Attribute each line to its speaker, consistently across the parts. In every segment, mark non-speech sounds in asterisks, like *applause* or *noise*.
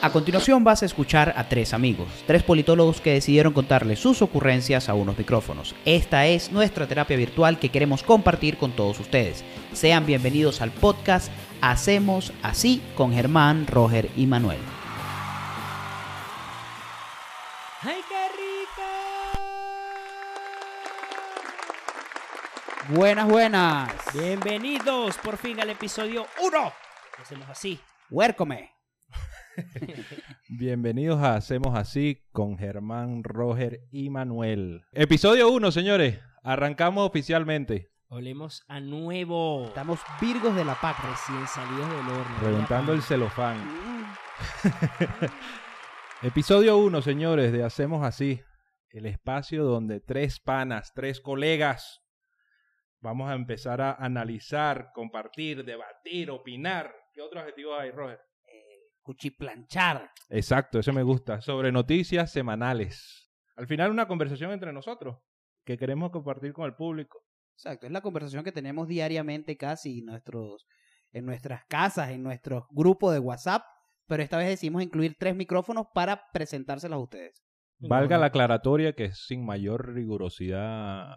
Speaker 1: A continuación vas a escuchar a tres amigos, tres politólogos que decidieron contarle sus ocurrencias a unos micrófonos. Esta es nuestra terapia virtual que queremos compartir con todos ustedes. Sean bienvenidos al podcast Hacemos Así con Germán, Roger y Manuel.
Speaker 2: ¡Ay, qué rico!
Speaker 1: Buenas, buenas.
Speaker 2: Bienvenidos por fin al episodio 1. Hacemos así.
Speaker 1: Huércome.
Speaker 3: Bienvenidos a Hacemos Así con Germán, Roger y Manuel. Episodio 1, señores. Arrancamos oficialmente.
Speaker 2: Olemos a nuevo.
Speaker 1: Estamos virgos de la pac.
Speaker 2: Recién salidos del horno.
Speaker 3: Reventando el celofán. *laughs* Episodio 1, señores, de Hacemos Así. El espacio donde tres panas, tres colegas, vamos a empezar a analizar, compartir, debatir, opinar. ¿Qué otros adjetivos hay, Roger?
Speaker 2: Cuchiplanchar.
Speaker 3: Exacto, eso me gusta. Sobre noticias semanales. Al final, una conversación entre nosotros que queremos compartir con el público.
Speaker 1: Exacto, es la conversación que tenemos diariamente casi en, nuestros, en nuestras casas, en nuestros grupos de WhatsApp, pero esta vez decidimos incluir tres micrófonos para presentárselos a ustedes.
Speaker 3: Valga la aclaratoria que es sin mayor rigurosidad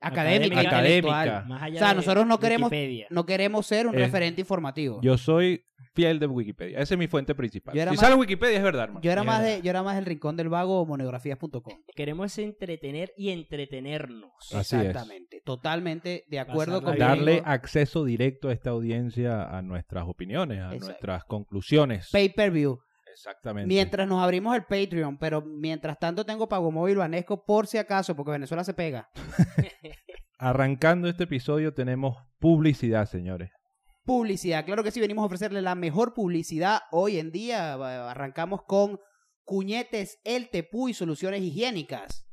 Speaker 1: Académica,
Speaker 2: Académica,
Speaker 1: intelectual.
Speaker 3: académica.
Speaker 2: Más
Speaker 1: O
Speaker 2: allá
Speaker 1: sea,
Speaker 2: de
Speaker 1: nosotros no queremos-
Speaker 2: Wikipedia.
Speaker 1: No queremos ser un
Speaker 3: Eh,
Speaker 1: referente informativo. Yo,
Speaker 3: Yo soy fiel de Wikipedia. Esa es mi fuente principal.
Speaker 1: Yo era
Speaker 3: Si
Speaker 1: más-
Speaker 3: sale Wikipedia es verdad, hermano. Eh,
Speaker 1: era
Speaker 2: es
Speaker 1: más de,
Speaker 2: verdad.
Speaker 1: yo era más del rincón del vago o monografías.com.
Speaker 2: Queremos entretener y entretenernos.
Speaker 3: Ah, Así es.
Speaker 1: Exactamente. Totalmente de acuerdo
Speaker 2: Pasarla
Speaker 1: con
Speaker 2: bien.
Speaker 3: Darle
Speaker 1: Diego.
Speaker 3: acceso directo a esta audiencia a nuestras opiniones, a
Speaker 1: Exacto.
Speaker 3: nuestras conclusiones.
Speaker 1: pay per view.
Speaker 3: Exactamente.
Speaker 1: Mientras nos abrimos el Patreon, pero mientras tanto tengo pago móvil vanesco por si acaso, porque Venezuela se pega.
Speaker 3: Arrancando este episodio tenemos publicidad, señores.
Speaker 1: Publicidad, claro que sí, venimos a ofrecerle la mejor publicidad hoy en día. Ba- Arrancamos con Cuñetes El Tepú y soluciones higiénicas.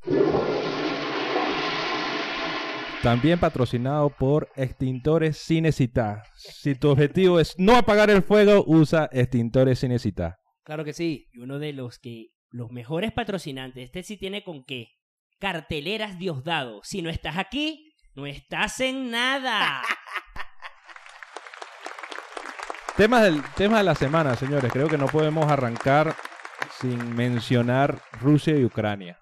Speaker 3: También patrocinado por Extintores Cinecita. Si tu objetivo es no apagar el fuego, usa Extintores Cinecita.
Speaker 1: Claro que sí.
Speaker 2: Y uno de los que los mejores patrocinantes, este sí tiene con qué. Carteleras Diosdado. Si no estás aquí, no estás
Speaker 1: *laughs*
Speaker 2: en nada.
Speaker 3: Temas del tema de la semana, señores. Creo que no podemos arrancar sin mencionar Rusia y Ucrania.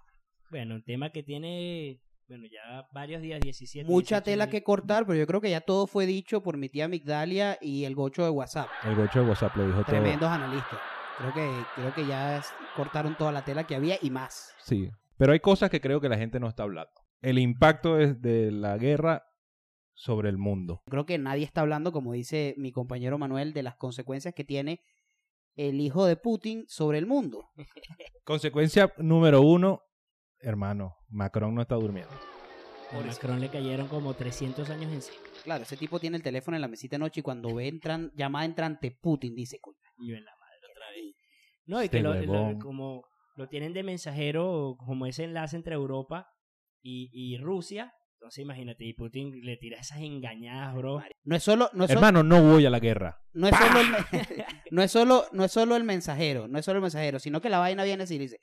Speaker 2: bueno, un tema que tiene, bueno, ya varios días, 17.
Speaker 1: Mucha
Speaker 2: 18
Speaker 1: tela
Speaker 2: días.
Speaker 1: que cortar, pero yo creo que ya todo fue dicho por mi tía Migdalia y el gocho de WhatsApp.
Speaker 3: El gocho de WhatsApp lo dijo todo.
Speaker 1: Tremendos analistas. Creo que, creo que ya es- cortaron toda la tela que había y más.
Speaker 3: Sí. Pero hay cosas que creo que la gente no está hablando. El impacto es de la guerra sobre el mundo.
Speaker 1: Creo que nadie está hablando, como dice mi compañero Manuel, de las consecuencias que tiene el hijo de Putin sobre el mundo.
Speaker 3: Consecuencia número uno, hermano, Macron no está durmiendo.
Speaker 2: A Macron le cayeron como 300 años encima.
Speaker 1: Claro, ese tipo tiene el teléfono en la mesita de noche y cuando ve entran, llamada entrante Putin, dice, "Coño,
Speaker 2: Yo en la madre otra vez. No, y
Speaker 3: Este
Speaker 2: que lo,
Speaker 3: huevón.
Speaker 2: lo- como lo tienen de mensajero, como ese enlace entre Europa y, y Rusia. Entonces imagínate, y Putin le tira esas engañadas, bro.
Speaker 1: no es solo, no es solo,
Speaker 3: Hermano, no voy a la guerra.
Speaker 1: no es solo, el, me- *laughs* no es solo, no es solo el mensajero, no es solo el mensajero, sino que la vaina viene así y dice,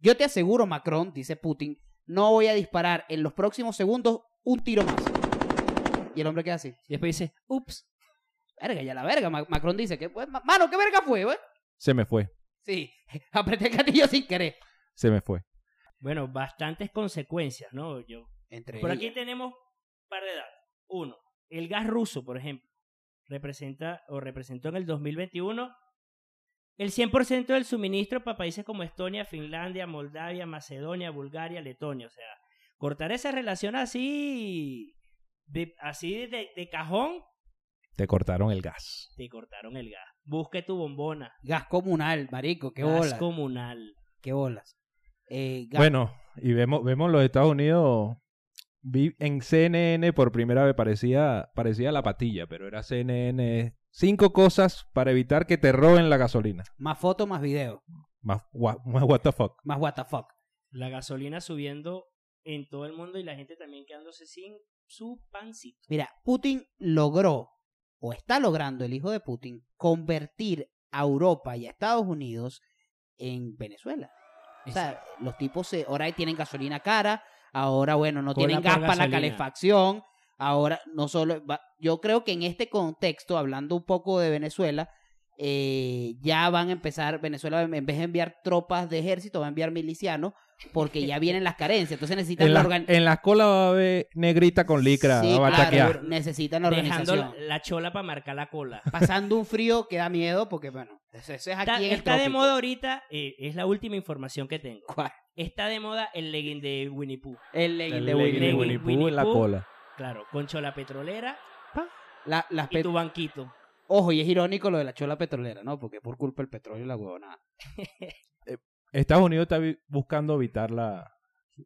Speaker 1: yo te aseguro, Macron, dice Putin, no voy a disparar en los próximos segundos un tiro más. Y el hombre queda así,
Speaker 2: Y después dice, ups,
Speaker 1: verga, ya la verga, Ma- Macron dice, que, pues, ma- mano, ¿qué verga fue, güey?
Speaker 3: Se me fue,
Speaker 1: Sí, *laughs* apreté el gatillo sin querer.
Speaker 3: se me fue.
Speaker 2: bueno, bastantes consecuencias, ¿no? Yo,
Speaker 1: Entre
Speaker 2: por
Speaker 1: ellas.
Speaker 2: aquí tenemos un par de datos. Uno, el gas ruso, por ejemplo, representa o representó en el 2021 el 100% del suministro para países como Estonia, Finlandia, Moldavia, Macedonia, Bulgaria, Letonia. O sea, cortar esa relación así, de, así de, de cajón,
Speaker 3: Te cortaron el gas.
Speaker 2: te cortaron el gas. Busque tu bombona.
Speaker 1: Gas comunal, marico, qué
Speaker 2: gas
Speaker 1: bolas,
Speaker 2: comunal.
Speaker 1: qué bolas. Eh, gas-
Speaker 3: Bueno, y vemos, vemos los Estados Unidos. Vi en CNN por primera vez parecía, parecía la patilla, pero era CNN. Cinco cosas para evitar que te roben la gasolina.
Speaker 1: más foto, más video,
Speaker 3: Más, gua- más what the fuck.
Speaker 1: más what the fuck.
Speaker 2: La gasolina subiendo en todo el mundo y la gente también quedándose sin su pancito.
Speaker 1: Mira, Putin logró, o está logrando el hijo de Putin, convertir a Europa y a Estados Unidos en Venezuela. O sea, los tipos se- ahora tienen gasolina cara, ahora, bueno, no
Speaker 2: Cola
Speaker 1: tienen
Speaker 2: por
Speaker 1: gas para la
Speaker 2: gasolina.
Speaker 1: calefacción, ahora no solo... va- yo creo que en este contexto, hablando un poco de Venezuela, eh, ya van a empezar, Venezuela en vez de enviar tropas de ejército, va a enviar milicianos, porque ya vienen las carencias. Entonces necesitan
Speaker 3: En
Speaker 1: la
Speaker 3: la,
Speaker 1: organización.
Speaker 3: en la cola va a haber negrita con licra,
Speaker 1: Sí,
Speaker 3: va a
Speaker 1: claro,
Speaker 3: chaquear.
Speaker 1: necesitan la
Speaker 2: Dejando
Speaker 1: organización.
Speaker 2: la chola para marcar la
Speaker 1: *laughs*
Speaker 2: cola.
Speaker 1: Pasando un frío que da miedo, porque bueno, eso, eso es aquí
Speaker 2: Está,
Speaker 1: en el
Speaker 2: está de
Speaker 1: trópico.
Speaker 2: moda ahorita, eh, es la última información que tengo.
Speaker 1: *laughs* ¿Cuál?
Speaker 2: Está de moda el legging de Winnie Pooh.
Speaker 1: El legging
Speaker 3: El
Speaker 1: de
Speaker 3: legging de
Speaker 1: Winnie.
Speaker 3: Winnie
Speaker 2: Winnie
Speaker 3: Pooh en la
Speaker 2: Pooh.
Speaker 3: cola.
Speaker 2: Claro, con chola petrolera
Speaker 1: La- las
Speaker 2: y
Speaker 1: pet-
Speaker 2: tu banquito.
Speaker 1: Ojo, y es irónico lo de la chola petrolera, ¿no? Porque por culpa del petróleo y la huevonada.
Speaker 3: Estados Unidos está vi- buscando evitar la,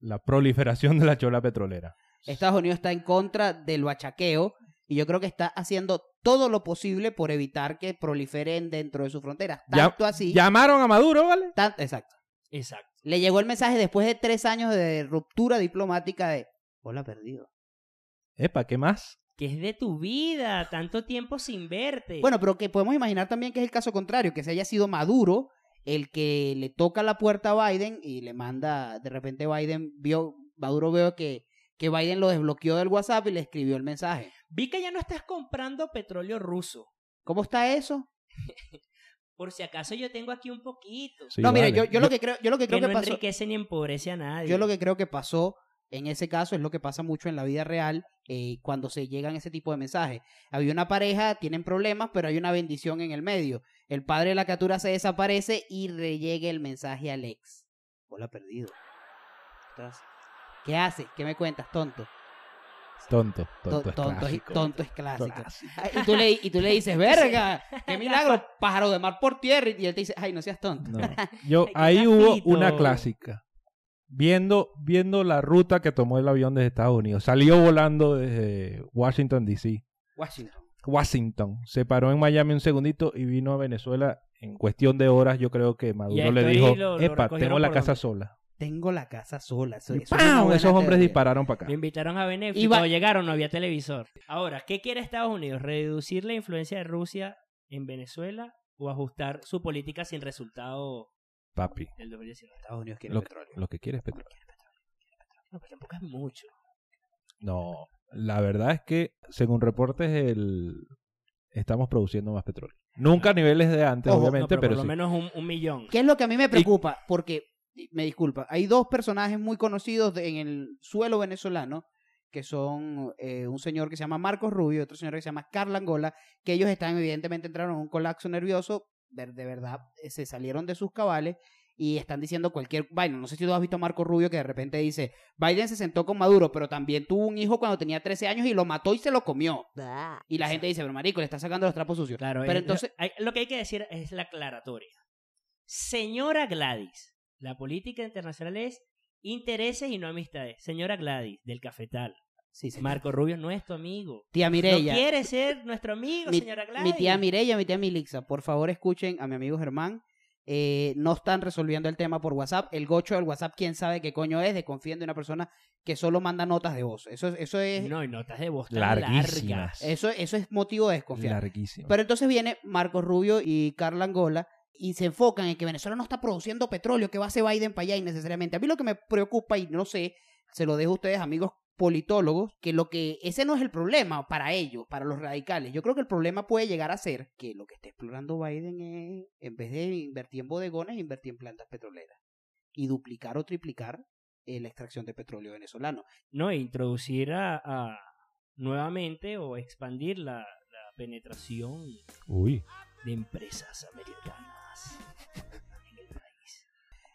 Speaker 3: la proliferación de la chola petrolera.
Speaker 1: Estados Unidos está en contra del bachaqueo y yo creo que está haciendo todo lo posible por evitar que proliferen dentro de sus fronteras.
Speaker 3: Ya-
Speaker 1: Tanto así.
Speaker 3: Llamaron a Maduro, ¿vale?
Speaker 1: tan- exacto.
Speaker 2: Exacto.
Speaker 1: Le llegó el mensaje después de tres años de ruptura diplomática de. Hola, perdido.
Speaker 3: Epa, ¿qué más?
Speaker 2: Que es de tu vida, tanto tiempo sin verte.
Speaker 1: Bueno, pero que podemos imaginar también que es el caso contrario, que se haya sido Maduro el que le toca la puerta a Biden y le manda, de repente Biden vio, Maduro veo que, que Biden lo desbloqueó del WhatsApp y le escribió el mensaje.
Speaker 2: vi que ya no estás comprando petróleo ruso.
Speaker 1: ¿Cómo está eso?
Speaker 2: Por si acaso yo tengo aquí un poquito.
Speaker 3: Sí,
Speaker 1: no, mire,
Speaker 3: vale.
Speaker 1: yo, yo lo que creo, yo lo que
Speaker 2: que
Speaker 1: creo que,
Speaker 2: no
Speaker 1: pasó,
Speaker 2: enriquece ni empobrece a nadie.
Speaker 1: yo lo que creo que pasó en ese caso es lo que pasa mucho en la vida real eh, cuando se llegan ese tipo de mensajes. Había una pareja, tienen problemas, pero hay una bendición en el medio. El padre de la criatura se desaparece y rellega el mensaje al ex. Hola, perdido. Estás- ¿Qué haces? ¿Qué me cuentas, tonto?
Speaker 3: Tonto,
Speaker 1: To-
Speaker 3: tonto, es clásico.
Speaker 2: *laughs*
Speaker 1: tonto es clásico.
Speaker 3: Clásico.
Speaker 1: Ay, Y tú, le, y tú le dices, verga, qué milagro, pájaro de mar por tierra. Y él te dice, ay, no seas tonto.
Speaker 3: No. Yo,
Speaker 2: Ay, qué
Speaker 3: ahí hubo
Speaker 2: gafito.
Speaker 3: una clásica. Viendo, viendo la ruta que tomó el avión desde Estados Unidos. Salió volando desde Washington, D.C.
Speaker 1: Washington.
Speaker 3: Washington. Se paró en Miami un segundito y vino a Venezuela en cuestión de horas. Yo creo que Maduro le
Speaker 2: estoy
Speaker 3: dijo,
Speaker 2: lo- lo
Speaker 3: epa,
Speaker 2: recogieron
Speaker 3: tengo la
Speaker 2: por
Speaker 3: casa
Speaker 2: dónde".
Speaker 3: sola.
Speaker 1: Tengo la casa sola. Eso-
Speaker 3: Y
Speaker 1: eso es una
Speaker 3: ¡pam!
Speaker 1: buena
Speaker 3: Esos hombres
Speaker 1: teoría.
Speaker 3: dispararon para acá.
Speaker 2: Me invitaron a Venecia
Speaker 1: Y
Speaker 2: y
Speaker 1: va-
Speaker 2: cuando llegaron no había televisor. Ahora, ¿qué quiere Estados Unidos? ¿Reducir la influencia de Rusia en Venezuela o ajustar su política sin resultado
Speaker 3: Papi,
Speaker 2: del 2019?
Speaker 1: Estados Unidos quiere
Speaker 3: lo,
Speaker 1: petróleo.
Speaker 3: lo que quieres, Petro.
Speaker 2: No, pero tampoco es mucho.
Speaker 3: No, la verdad es que según reportes el estamos produciendo más petróleo. Nunca a niveles de antes,
Speaker 1: Ojo, no,
Speaker 2: No,
Speaker 3: obviamente,
Speaker 2: pero,
Speaker 3: pero,
Speaker 2: por lo
Speaker 3: sí.
Speaker 2: menos un, un millón.
Speaker 1: ¿Qué es lo que a mí me preocupa? Porque, me disculpa, hay dos personajes muy conocidos de- en el suelo venezolano, que son eh, un señor que se llama Marcos Rubio y otro señor que se llama Carla Angola, que ellos están, evidentemente, entraron en un colapso nervioso, ver- de verdad, eh, se salieron de sus cabales y están diciendo cualquier vaina. No sé si tú has visto a Marco Rubio que de repente dice, Biden se sentó con Maduro, pero también tuvo un hijo cuando tenía 13 años y lo mató y se lo comió. Y la gente dice, pero marico, le está sacando los trapos sucios.
Speaker 2: Claro,
Speaker 1: pero
Speaker 2: es-
Speaker 1: entonces,
Speaker 2: hay- lo que hay que decir es la aclaratoria. Señora Gladys, la política internacional es intereses y no amistades. Señora Gladys, del Cafetal.
Speaker 1: sí, señor.
Speaker 2: Marco Rubio no es tu amigo.
Speaker 1: tía Mireya.
Speaker 2: No quiere ser nuestro amigo,
Speaker 1: Mi-
Speaker 2: señora Gladys.
Speaker 1: Mi tía Mireya, mi tía Milixa, por favor escuchen a mi amigo Germán. Eh, no están resolviendo el tema por WhatsApp. El gocho del WhatsApp, quién sabe qué coño es, desconfíen de una persona que solo manda notas de voz. Eso, es- eso, es,
Speaker 2: No, y notas de voz tan largas.
Speaker 3: Eh, Larguísimas.
Speaker 1: eso, eso es motivo de desconfianza.
Speaker 3: Larguísimas.
Speaker 1: Pero entonces viene Marcos Rubio y Carla Angola y se enfocan en que Venezuela no está produciendo petróleo, que va a hacer Biden para allá innecesariamente. A mí lo que me preocupa y no sé, se lo dejo a ustedes amigos politólogos, que lo que ese no es el problema para ellos, para los radicales. Yo creo que el problema puede llegar a ser que lo que está explorando Biden es, en vez de invertir en bodegones, invertir en plantas petroleras y duplicar o triplicar eh, la extracción de petróleo venezolano.
Speaker 2: No, e introducir a, a- nuevamente o expandir la, la penetración
Speaker 3: Uy,
Speaker 2: de empresas americanas en el país.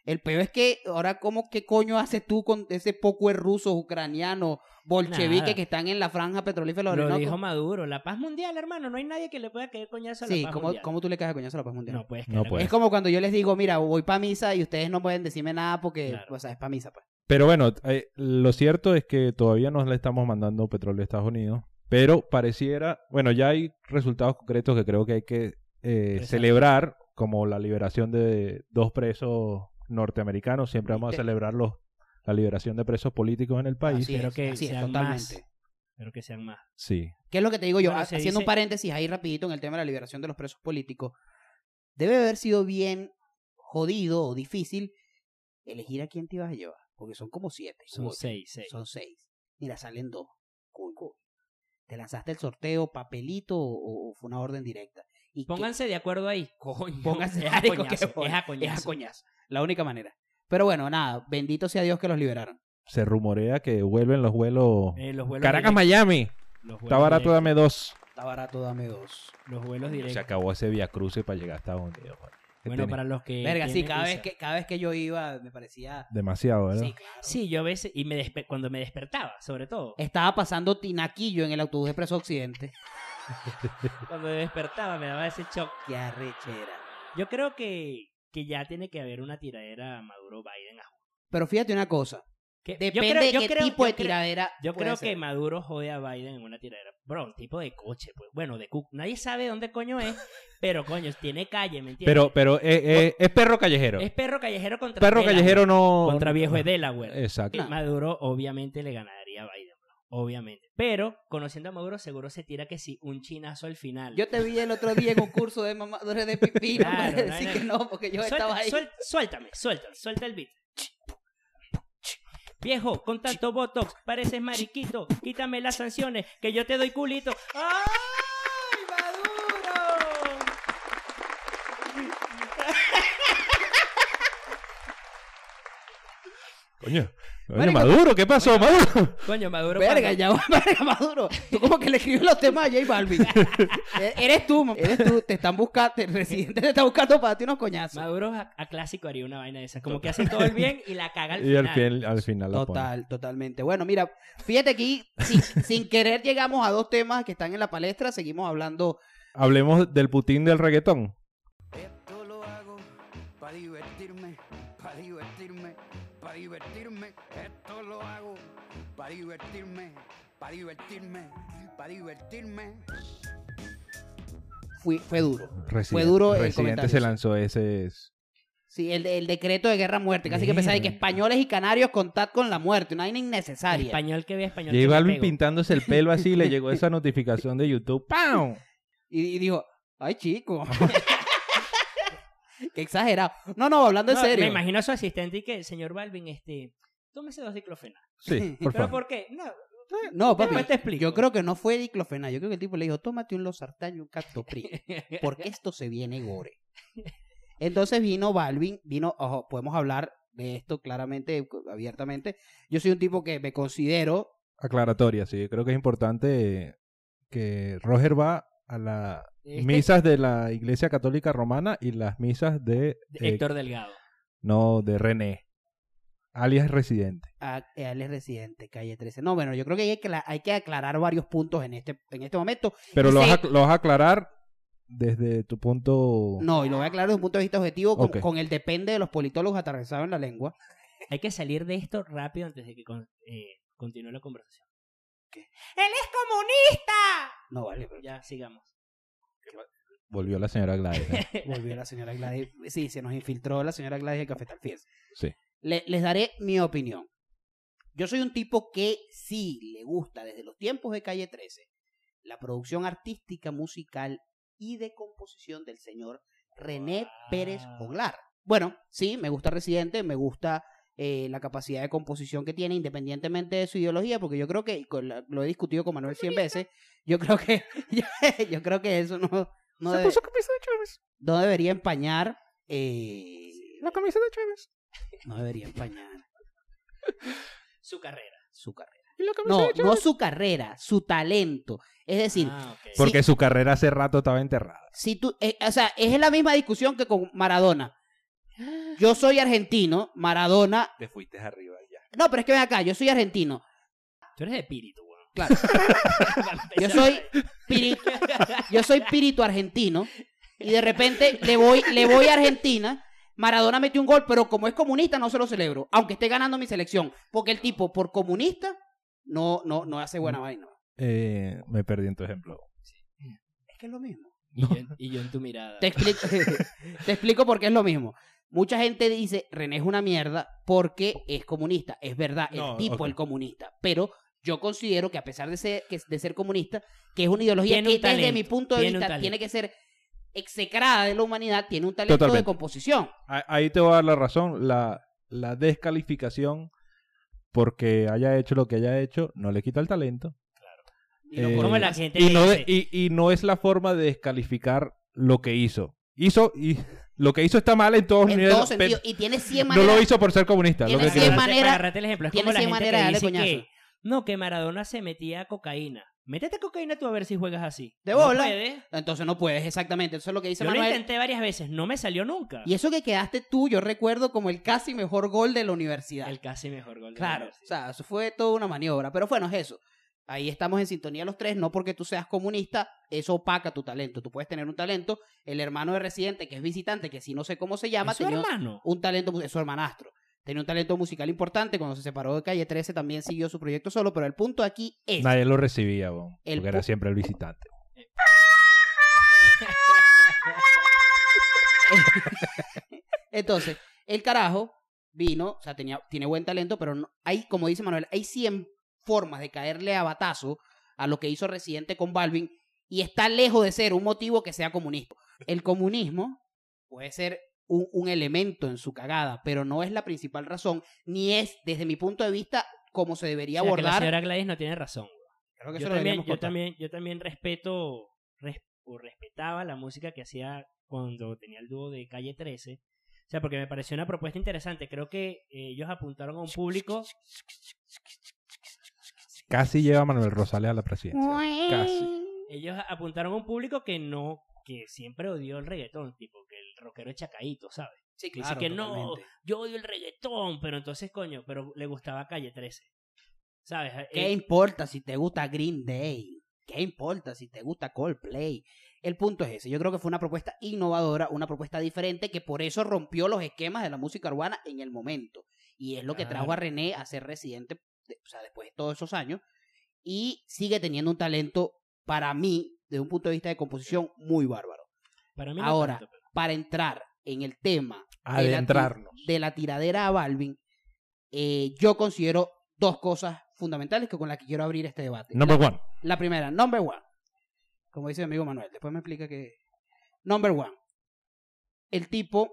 Speaker 1: El peor es que ahora, ¿cómo qué coño haces tú con ese poco ruso, ucraniano, bolchevique
Speaker 2: Nada.
Speaker 1: que están en la franja petrolífera del
Speaker 2: Lo
Speaker 1: Orinoco?
Speaker 2: dijo Maduro. La paz mundial, hermano. No hay nadie que le pueda caer coñazo a la
Speaker 1: Sí,
Speaker 2: paz
Speaker 1: ¿cómo,
Speaker 2: mundial.
Speaker 1: ¿cómo tú le caes a coñazo a la paz mundial?
Speaker 2: No pues, puedes
Speaker 3: No pues.
Speaker 2: caer.
Speaker 3: puedes.
Speaker 1: Es como cuando yo les digo, mira, voy pa' misa y ustedes no pueden decirme nada porque,
Speaker 2: Claro.
Speaker 1: o sea, es pa' misa, pues.
Speaker 3: Pero bueno, eh, lo cierto es que todavía no le estamos mandando petróleo a Estados Unidos. Pero pareciera, bueno, ya hay resultados concretos que creo que hay que eh,
Speaker 2: Exacto.
Speaker 3: celebrar, como la liberación de dos presos norteamericanos. Siempre vamos a
Speaker 1: Viste.
Speaker 3: celebrar los, la liberación de presos políticos en el país.
Speaker 1: Así
Speaker 2: Espero
Speaker 1: es,
Speaker 2: que
Speaker 1: así es,
Speaker 2: sean
Speaker 1: totalmente.
Speaker 2: más. Pero que sean más.
Speaker 3: Sí.
Speaker 1: ¿Qué es lo que te digo yo?
Speaker 2: Bueno,
Speaker 1: Ha-
Speaker 2: se
Speaker 1: Haciendo un
Speaker 2: dice-
Speaker 1: paréntesis ahí rapidito en el tema de la liberación de los presos políticos. Debe haber sido bien jodido o difícil elegir a quién te ibas a llevar, porque son como siete. u
Speaker 2: Son
Speaker 1: ocho.
Speaker 2: seis, seis.
Speaker 1: Son seis. Mira, salen dos. Cool, cool. Te lanzaste el sorteo, papelito o, o fue una orden directa. y que- *laughs*
Speaker 2: Pónganse de acuerdo ahí.
Speaker 1: Coño,
Speaker 2: *laughs* Pónganse
Speaker 1: es
Speaker 2: de
Speaker 1: a
Speaker 2: acuerdo,
Speaker 1: coñazo,
Speaker 2: que voy.
Speaker 1: es a coñazo. La única manera. Pero bueno, nada, bendito sea Dios que los liberaron.
Speaker 3: Se rumorea que vuelven los vuelos.
Speaker 2: Eh, los vuelos
Speaker 3: Caracas,
Speaker 2: directos,
Speaker 3: Miami.
Speaker 2: los
Speaker 3: Está
Speaker 2: vuelos
Speaker 3: barato,
Speaker 2: directos,
Speaker 3: dame dos.
Speaker 1: Está barato, dame dos.
Speaker 2: Los vuelos
Speaker 3: Se
Speaker 2: directos.
Speaker 3: acabó ese vía cruce para llegar a Estados Unidos. man. ¿Qué
Speaker 2: Bueno,
Speaker 3: tiene?
Speaker 2: para los que.
Speaker 1: Verga, sí,
Speaker 2: tienen
Speaker 1: cada vez,
Speaker 2: Eh, visa.
Speaker 1: que, cada vez que yo iba me parecía...
Speaker 3: Demasiado, ¿verdad?
Speaker 1: Sí, claro.
Speaker 2: Sí, yo a veces. Y me despe- cuando me despertaba, sobre todo.
Speaker 1: Estaba pasando Tinaquillo en el autobús Expreso Occidente. *laughs*
Speaker 2: Cuando me despertaba, me daba ese shock.
Speaker 1: Qué arrechera.
Speaker 2: Yo creo que, que ya tiene que haber una tiradera Maduro-Biden.
Speaker 1: Pero fíjate una cosa.
Speaker 2: Que- yo
Speaker 1: Depende
Speaker 2: creo- yo
Speaker 1: de qué
Speaker 2: creo-
Speaker 1: tipo
Speaker 2: yo
Speaker 1: de
Speaker 2: creo-
Speaker 1: tiradera
Speaker 2: Yo
Speaker 1: puede
Speaker 2: creo
Speaker 1: ser.
Speaker 2: que Maduro jode a Biden en una tiradera. Bro, un tipo de coche, pues. Bueno, de cu- Nadie sabe dónde coño es, pero coño, tiene calle, ¿me entiendes?
Speaker 3: Pero, pero eh, eh, es perro callejero.
Speaker 2: es perro callejero contra
Speaker 3: perro
Speaker 2: Delaware,
Speaker 3: callejero no.
Speaker 2: Contra viejo de Delaware.
Speaker 3: Exacto.
Speaker 1: Claro.
Speaker 2: Maduro obviamente le ganaría a Biden, bro. Obviamente. Pero, conociendo a Maduro, seguro se tira que sí, un chinazo al final.
Speaker 1: Yo te vi el otro día en un curso de mamadores de pipí. No
Speaker 2: Claro,
Speaker 1: puedes
Speaker 2: no,
Speaker 1: decir
Speaker 2: no.
Speaker 1: que no, porque yo
Speaker 2: Suelta-
Speaker 1: estaba ahí.
Speaker 2: suel- suéltame, suelta, suelta el beat. Viejo, con tanto botox, pareces mariquito. Quítame las sanciones, que yo te doy culito. ¡Ay, Maduro!
Speaker 3: Coño. Coño,
Speaker 1: Marico,
Speaker 3: Maduro, ¿qué pasó, Maduro?
Speaker 2: Coño, Maduro.
Speaker 1: Verga,
Speaker 2: cuando-
Speaker 1: ya va, *laughs* verga, Maduro. Tú como que le escribes los temas a J *laughs* Balvin. E- eres tú, mam- eres tú. Te están buscando, el residente te está buscando para ti unos coñazos.
Speaker 2: Maduro a, a clásico haría una vaina de esas. Como que hace todo el bien y la caga al
Speaker 3: *laughs* y al,
Speaker 2: final.
Speaker 3: fin- al final la pone.
Speaker 1: Total, totalmente. Bueno, mira, fíjate aquí, sin, sin querer llegamos a dos temas que están en la palestra. Seguimos hablando.
Speaker 3: Hablemos del Putin del reggaetón.
Speaker 4: Esto lo hago para divertirme, para divertirme, para divertirme. Esto lo hago para divertirme, para divertirme, para divertirme.
Speaker 1: Fui- fue duro.
Speaker 3: Resident-
Speaker 1: duro el
Speaker 3: Residente
Speaker 1: comentario,
Speaker 3: se
Speaker 1: sí.
Speaker 3: lanzó ese.
Speaker 1: Sí, el, el decreto de guerra muerte. Casi que
Speaker 3: Verga.
Speaker 1: pensaba de que españoles y canarios contad con la muerte. Una vaina innecesaria.
Speaker 2: Español que ve español. que
Speaker 3: J
Speaker 2: me
Speaker 3: Balvin
Speaker 2: pego.
Speaker 3: pintándose el pelo así, le
Speaker 2: *laughs*
Speaker 3: llegó esa notificación de YouTube. ¡Pam!
Speaker 1: Y, y dijo, ay, chico. *laughs* Qué exagerado. No, no, hablando en
Speaker 2: No,
Speaker 1: serio.
Speaker 2: Me imagino a su asistente y que, señor Balvin, este, tómese dos diclofenas. *laughs*
Speaker 3: Sí, por
Speaker 2: ¿Pero
Speaker 3: favor.
Speaker 2: por qué? No,
Speaker 1: No,
Speaker 2: Después
Speaker 1: papi.
Speaker 2: te explico.
Speaker 1: Yo creo que no fue diclofenac. Yo creo que el tipo le dijo, tómate un losartán y un captopril. Porque esto se viene gore. Entonces vino Balvin, vino, ojo, podemos hablar de esto claramente, abiertamente. Yo soy un tipo que me considero,
Speaker 3: Aclaratoria, sí. Creo que es importante que Roger va a las
Speaker 2: Este-
Speaker 3: misas de la Iglesia Católica Romana y las misas de. eh,
Speaker 2: *laughs* Héctor Delgado.
Speaker 3: no, de René. Alias Residente.
Speaker 1: a, él es residente, calle 13. No, bueno, yo creo que hay que, acla- hay que aclarar varios puntos en este, en este momento.
Speaker 3: Pero lo vas, a,
Speaker 1: Sí.
Speaker 3: lo vas a aclarar desde tu punto.
Speaker 1: No, y lo voy a aclarar desde un punto de vista objetivo, con,
Speaker 3: Ok.
Speaker 1: con el depende de los politólogos atravesados en la lengua.
Speaker 2: Hay que salir de esto rápido antes de que con- eh, continúe la conversación.
Speaker 1: No, vale, pero
Speaker 2: Ya, sigamos.
Speaker 3: Volvió la señora Gladys. ¿eh?
Speaker 1: Volvió la señora Gladys. Sí, se nos infiltró la señora Gladys del Cafetal Fies.
Speaker 3: Sí.
Speaker 1: Le- les daré mi opinión. Yo soy un tipo que sí le gusta desde los tiempos de Calle 13 la producción artística, musical y de composición del señor René Pérez Joglar. Bueno, sí, me gusta Residente, me gusta eh, la capacidad de composición que tiene independientemente de su ideología, porque yo creo que, y con la- lo he discutido con Manuel 100 veces, yo creo que, *laughs* yo creo que eso no... no debe-
Speaker 3: camisa de Chávez.
Speaker 1: no debería empañar. eh,
Speaker 3: camisa de Chávez.
Speaker 1: no debería empañar
Speaker 2: Su carrera.
Speaker 1: su carrera.
Speaker 3: Y la
Speaker 1: No, no su carrera, su talento. Es decir,
Speaker 2: Ah, ok.
Speaker 1: Sí.
Speaker 3: Porque su carrera hace rato estaba enterrada.
Speaker 1: si tú. eh, o sea, es la misma discusión que con Maradona.
Speaker 3: Ah.
Speaker 1: Yo soy argentino, Maradona.
Speaker 3: Te fuiste arriba ya.
Speaker 1: No, pero es que ven acá, yo soy argentino.
Speaker 2: Tú eres de espíritu, weón. *laughs*
Speaker 1: Claro.
Speaker 2: Para
Speaker 1: Yo
Speaker 2: empezar. *laughs*
Speaker 1: soy piri- yo soy pirito argentino. Y de repente le voy, le voy a Argentina. Maradona metió un gol, pero como es comunista, no se lo celebro. Aunque esté ganando mi selección. Porque el tipo, por comunista, no, no, no hace buena vaina.
Speaker 3: Eh, me perdí en tu ejemplo.
Speaker 1: Es que es lo mismo.
Speaker 2: Y yo, en- y yo en tu mirada.
Speaker 1: Te explico, *laughs* te explico por qué es lo mismo. Mucha gente dice, René es una mierda porque es comunista. Es verdad, el
Speaker 3: No,
Speaker 1: tipo
Speaker 3: ok.
Speaker 1: es comunista. Pero yo considero que a pesar de ser, que- de ser comunista, que es una ideología
Speaker 2: Tiene
Speaker 1: que
Speaker 2: un
Speaker 1: desde
Speaker 2: talento,
Speaker 1: mi punto de
Speaker 2: tiene un
Speaker 1: vista
Speaker 2: talento.
Speaker 1: tiene que ser execrada de la humanidad, tiene un talento de
Speaker 3: Totalmente.
Speaker 1: composición.
Speaker 3: A- Ahí te voy a dar la razón. La, la descalificación porque haya hecho lo que haya hecho no le quita el talento.
Speaker 1: Y lo
Speaker 3: Eh,
Speaker 1: conozco.
Speaker 2: Como la gente
Speaker 3: Y no, de-
Speaker 2: dice,
Speaker 3: y, y no es la forma de descalificar lo que hizo. Hizo y *laughs* lo que hizo está mal en todos los
Speaker 1: En todo
Speaker 3: niveles.
Speaker 1: sentido.
Speaker 3: pero
Speaker 1: Y tiene 100
Speaker 3: No
Speaker 1: maneras.
Speaker 3: lo hizo por ser comunista. Lo
Speaker 1: Tiene
Speaker 3: que
Speaker 1: cien
Speaker 3: quiero
Speaker 1: man-
Speaker 3: decir.
Speaker 1: manera-
Speaker 2: para agarrarte el ejemplo. Es
Speaker 1: tiene
Speaker 2: como la
Speaker 1: cien
Speaker 2: gente
Speaker 1: maneras de
Speaker 2: que
Speaker 1: darle
Speaker 2: dice
Speaker 1: coñazo.
Speaker 2: que no, que Maradona se metía cocaína. Métete cocaína tú a ver si juegas así.
Speaker 1: De
Speaker 2: No
Speaker 1: bola.
Speaker 2: puedes.
Speaker 1: Entonces no puedes, exactamente. Eso es lo que dice
Speaker 2: Yo lo
Speaker 1: Manuel.
Speaker 2: intenté varias veces, no me salió nunca.
Speaker 1: Y eso que quedaste tú, yo recuerdo como el casi mejor gol de la universidad.
Speaker 2: El casi mejor gol. de la
Speaker 1: Claro, o
Speaker 2: universidad.
Speaker 1: sea, eso fue toda una maniobra. Pero bueno, es eso. Ahí estamos en sintonía los tres, no porque tú seas comunista, eso opaca tu talento. Tú puedes tener un talento, el hermano de residente, que es visitante, que si no sé cómo se llama,
Speaker 2: ¿Es su
Speaker 1: tenía
Speaker 2: hermano.
Speaker 1: un talento, mu- es su hermanastro. Tenía un talento musical importante, cuando se separó de Calle 13 también siguió su proyecto solo, pero el punto aquí es...
Speaker 3: Nadie lo recibía, bon,
Speaker 1: El
Speaker 3: porque era
Speaker 1: pu-
Speaker 3: siempre el visitante.
Speaker 1: Entonces, el carajo vino, o sea, tenía, tiene buen talento, pero no- hay, como dice Manuel, hay 100 formas de caerle a batazo a lo que hizo Residente con Balvin y está lejos de ser un motivo que sea comunista. El comunismo puede ser un, un elemento en su cagada, pero no es la principal razón, ni es, desde mi punto de vista, como se debería
Speaker 2: O sea, que la
Speaker 1: abordar.
Speaker 2: señora Gladys no tiene razón.
Speaker 1: Creo que
Speaker 2: yo,
Speaker 1: eso lo
Speaker 2: también,
Speaker 1: deberíamos
Speaker 2: yo,
Speaker 1: cortar.
Speaker 2: también, yo también respeto res- o respetaba la música que hacía cuando tenía el dúo de Calle 13. O sea, porque me pareció una propuesta interesante. Creo que eh, ellos apuntaron a un público.
Speaker 3: Casi lleva a Manuel Rosales a la presidencia. Casi.
Speaker 2: Ellos apuntaron a un público que no, que siempre odió el reggaetón, tipo que el rockero es chacaíto, ¿sabes?
Speaker 1: Sí,
Speaker 2: Dice
Speaker 1: claro,
Speaker 2: que no,
Speaker 1: totalmente.
Speaker 2: Yo odio el reggaetón, pero entonces, coño, pero le gustaba Calle 13. ¿Sabes?
Speaker 1: ¿Qué
Speaker 2: Eh,
Speaker 1: importa si te gusta Green Day? ¿Qué importa si te gusta Coldplay? El punto es ese. Yo creo que fue una propuesta innovadora, una propuesta diferente que por eso rompió los esquemas de la música urbana en el momento. Y es lo que trajo a René a ser residente, de- o sea, después de todos esos años. Y sigue teniendo un talento, para mí, desde un punto de vista de composición, muy bárbaro.
Speaker 2: para mí no
Speaker 1: ahora,
Speaker 2: tanto, pero-
Speaker 1: Para entrar en el tema de la ti-
Speaker 3: Adentrarnos.
Speaker 1: de la tiradera a Balvin, eh, yo considero dos cosas fundamentales que con las que quiero abrir este debate.
Speaker 3: Number one.
Speaker 1: La primera, number one. Como dice mi amigo Manuel, después me explica que. Number one. El tipo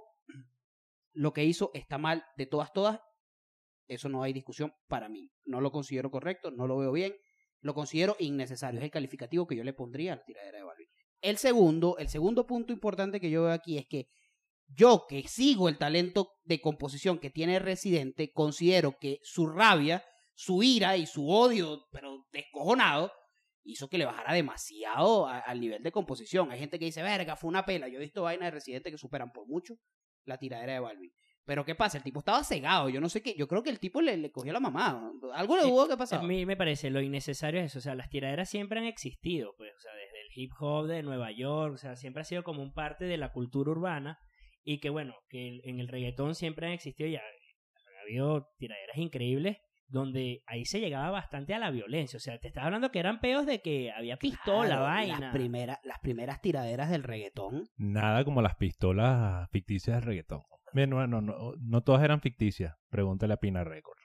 Speaker 1: lo que hizo está mal de todas, todas. Eso no hay discusión para mí. No lo considero correcto, no lo veo bien. Lo considero innecesario. Es el calificativo que yo le pondría a la tiradera de Balvin. El segundo, el segundo punto importante que yo veo aquí es que yo que sigo el talento de composición que tiene Residente, considero que su rabia su ira y su odio, pero descojonado, hizo que le bajara demasiado a- al nivel de composición. Hay gente que dice, verga, fue una pela. Yo he visto vainas de residentes que superan por mucho la tiradera de Balvin. Pero ¿qué pasa? El tipo estaba cegado. Yo no sé qué. Yo creo que el tipo le, le cogió la mamá. Algo le
Speaker 2: Eh,
Speaker 1: hubo que pasar.
Speaker 2: A mí me parece lo innecesario es eso. O sea, las tiraderas siempre han existido, pues. O sea, desde el hip hop de Nueva York, o sea, siempre ha sido como un parte de la cultura urbana. Y que bueno, que el- en el reggaetón siempre han existido y ha, ha habido tiraderas increíbles donde ahí se llegaba bastante a la violencia. O sea, te estaba hablando que eran peos de que había pistola, vaina.
Speaker 1: Las
Speaker 2: *laughs*
Speaker 1: primeras, las primeras tiraderas del reggaetón.
Speaker 3: Nada como las pistolas ficticias del reggaetón. Bien, no, no, no, no todas eran ficticias. Pregúntale a Pina Records.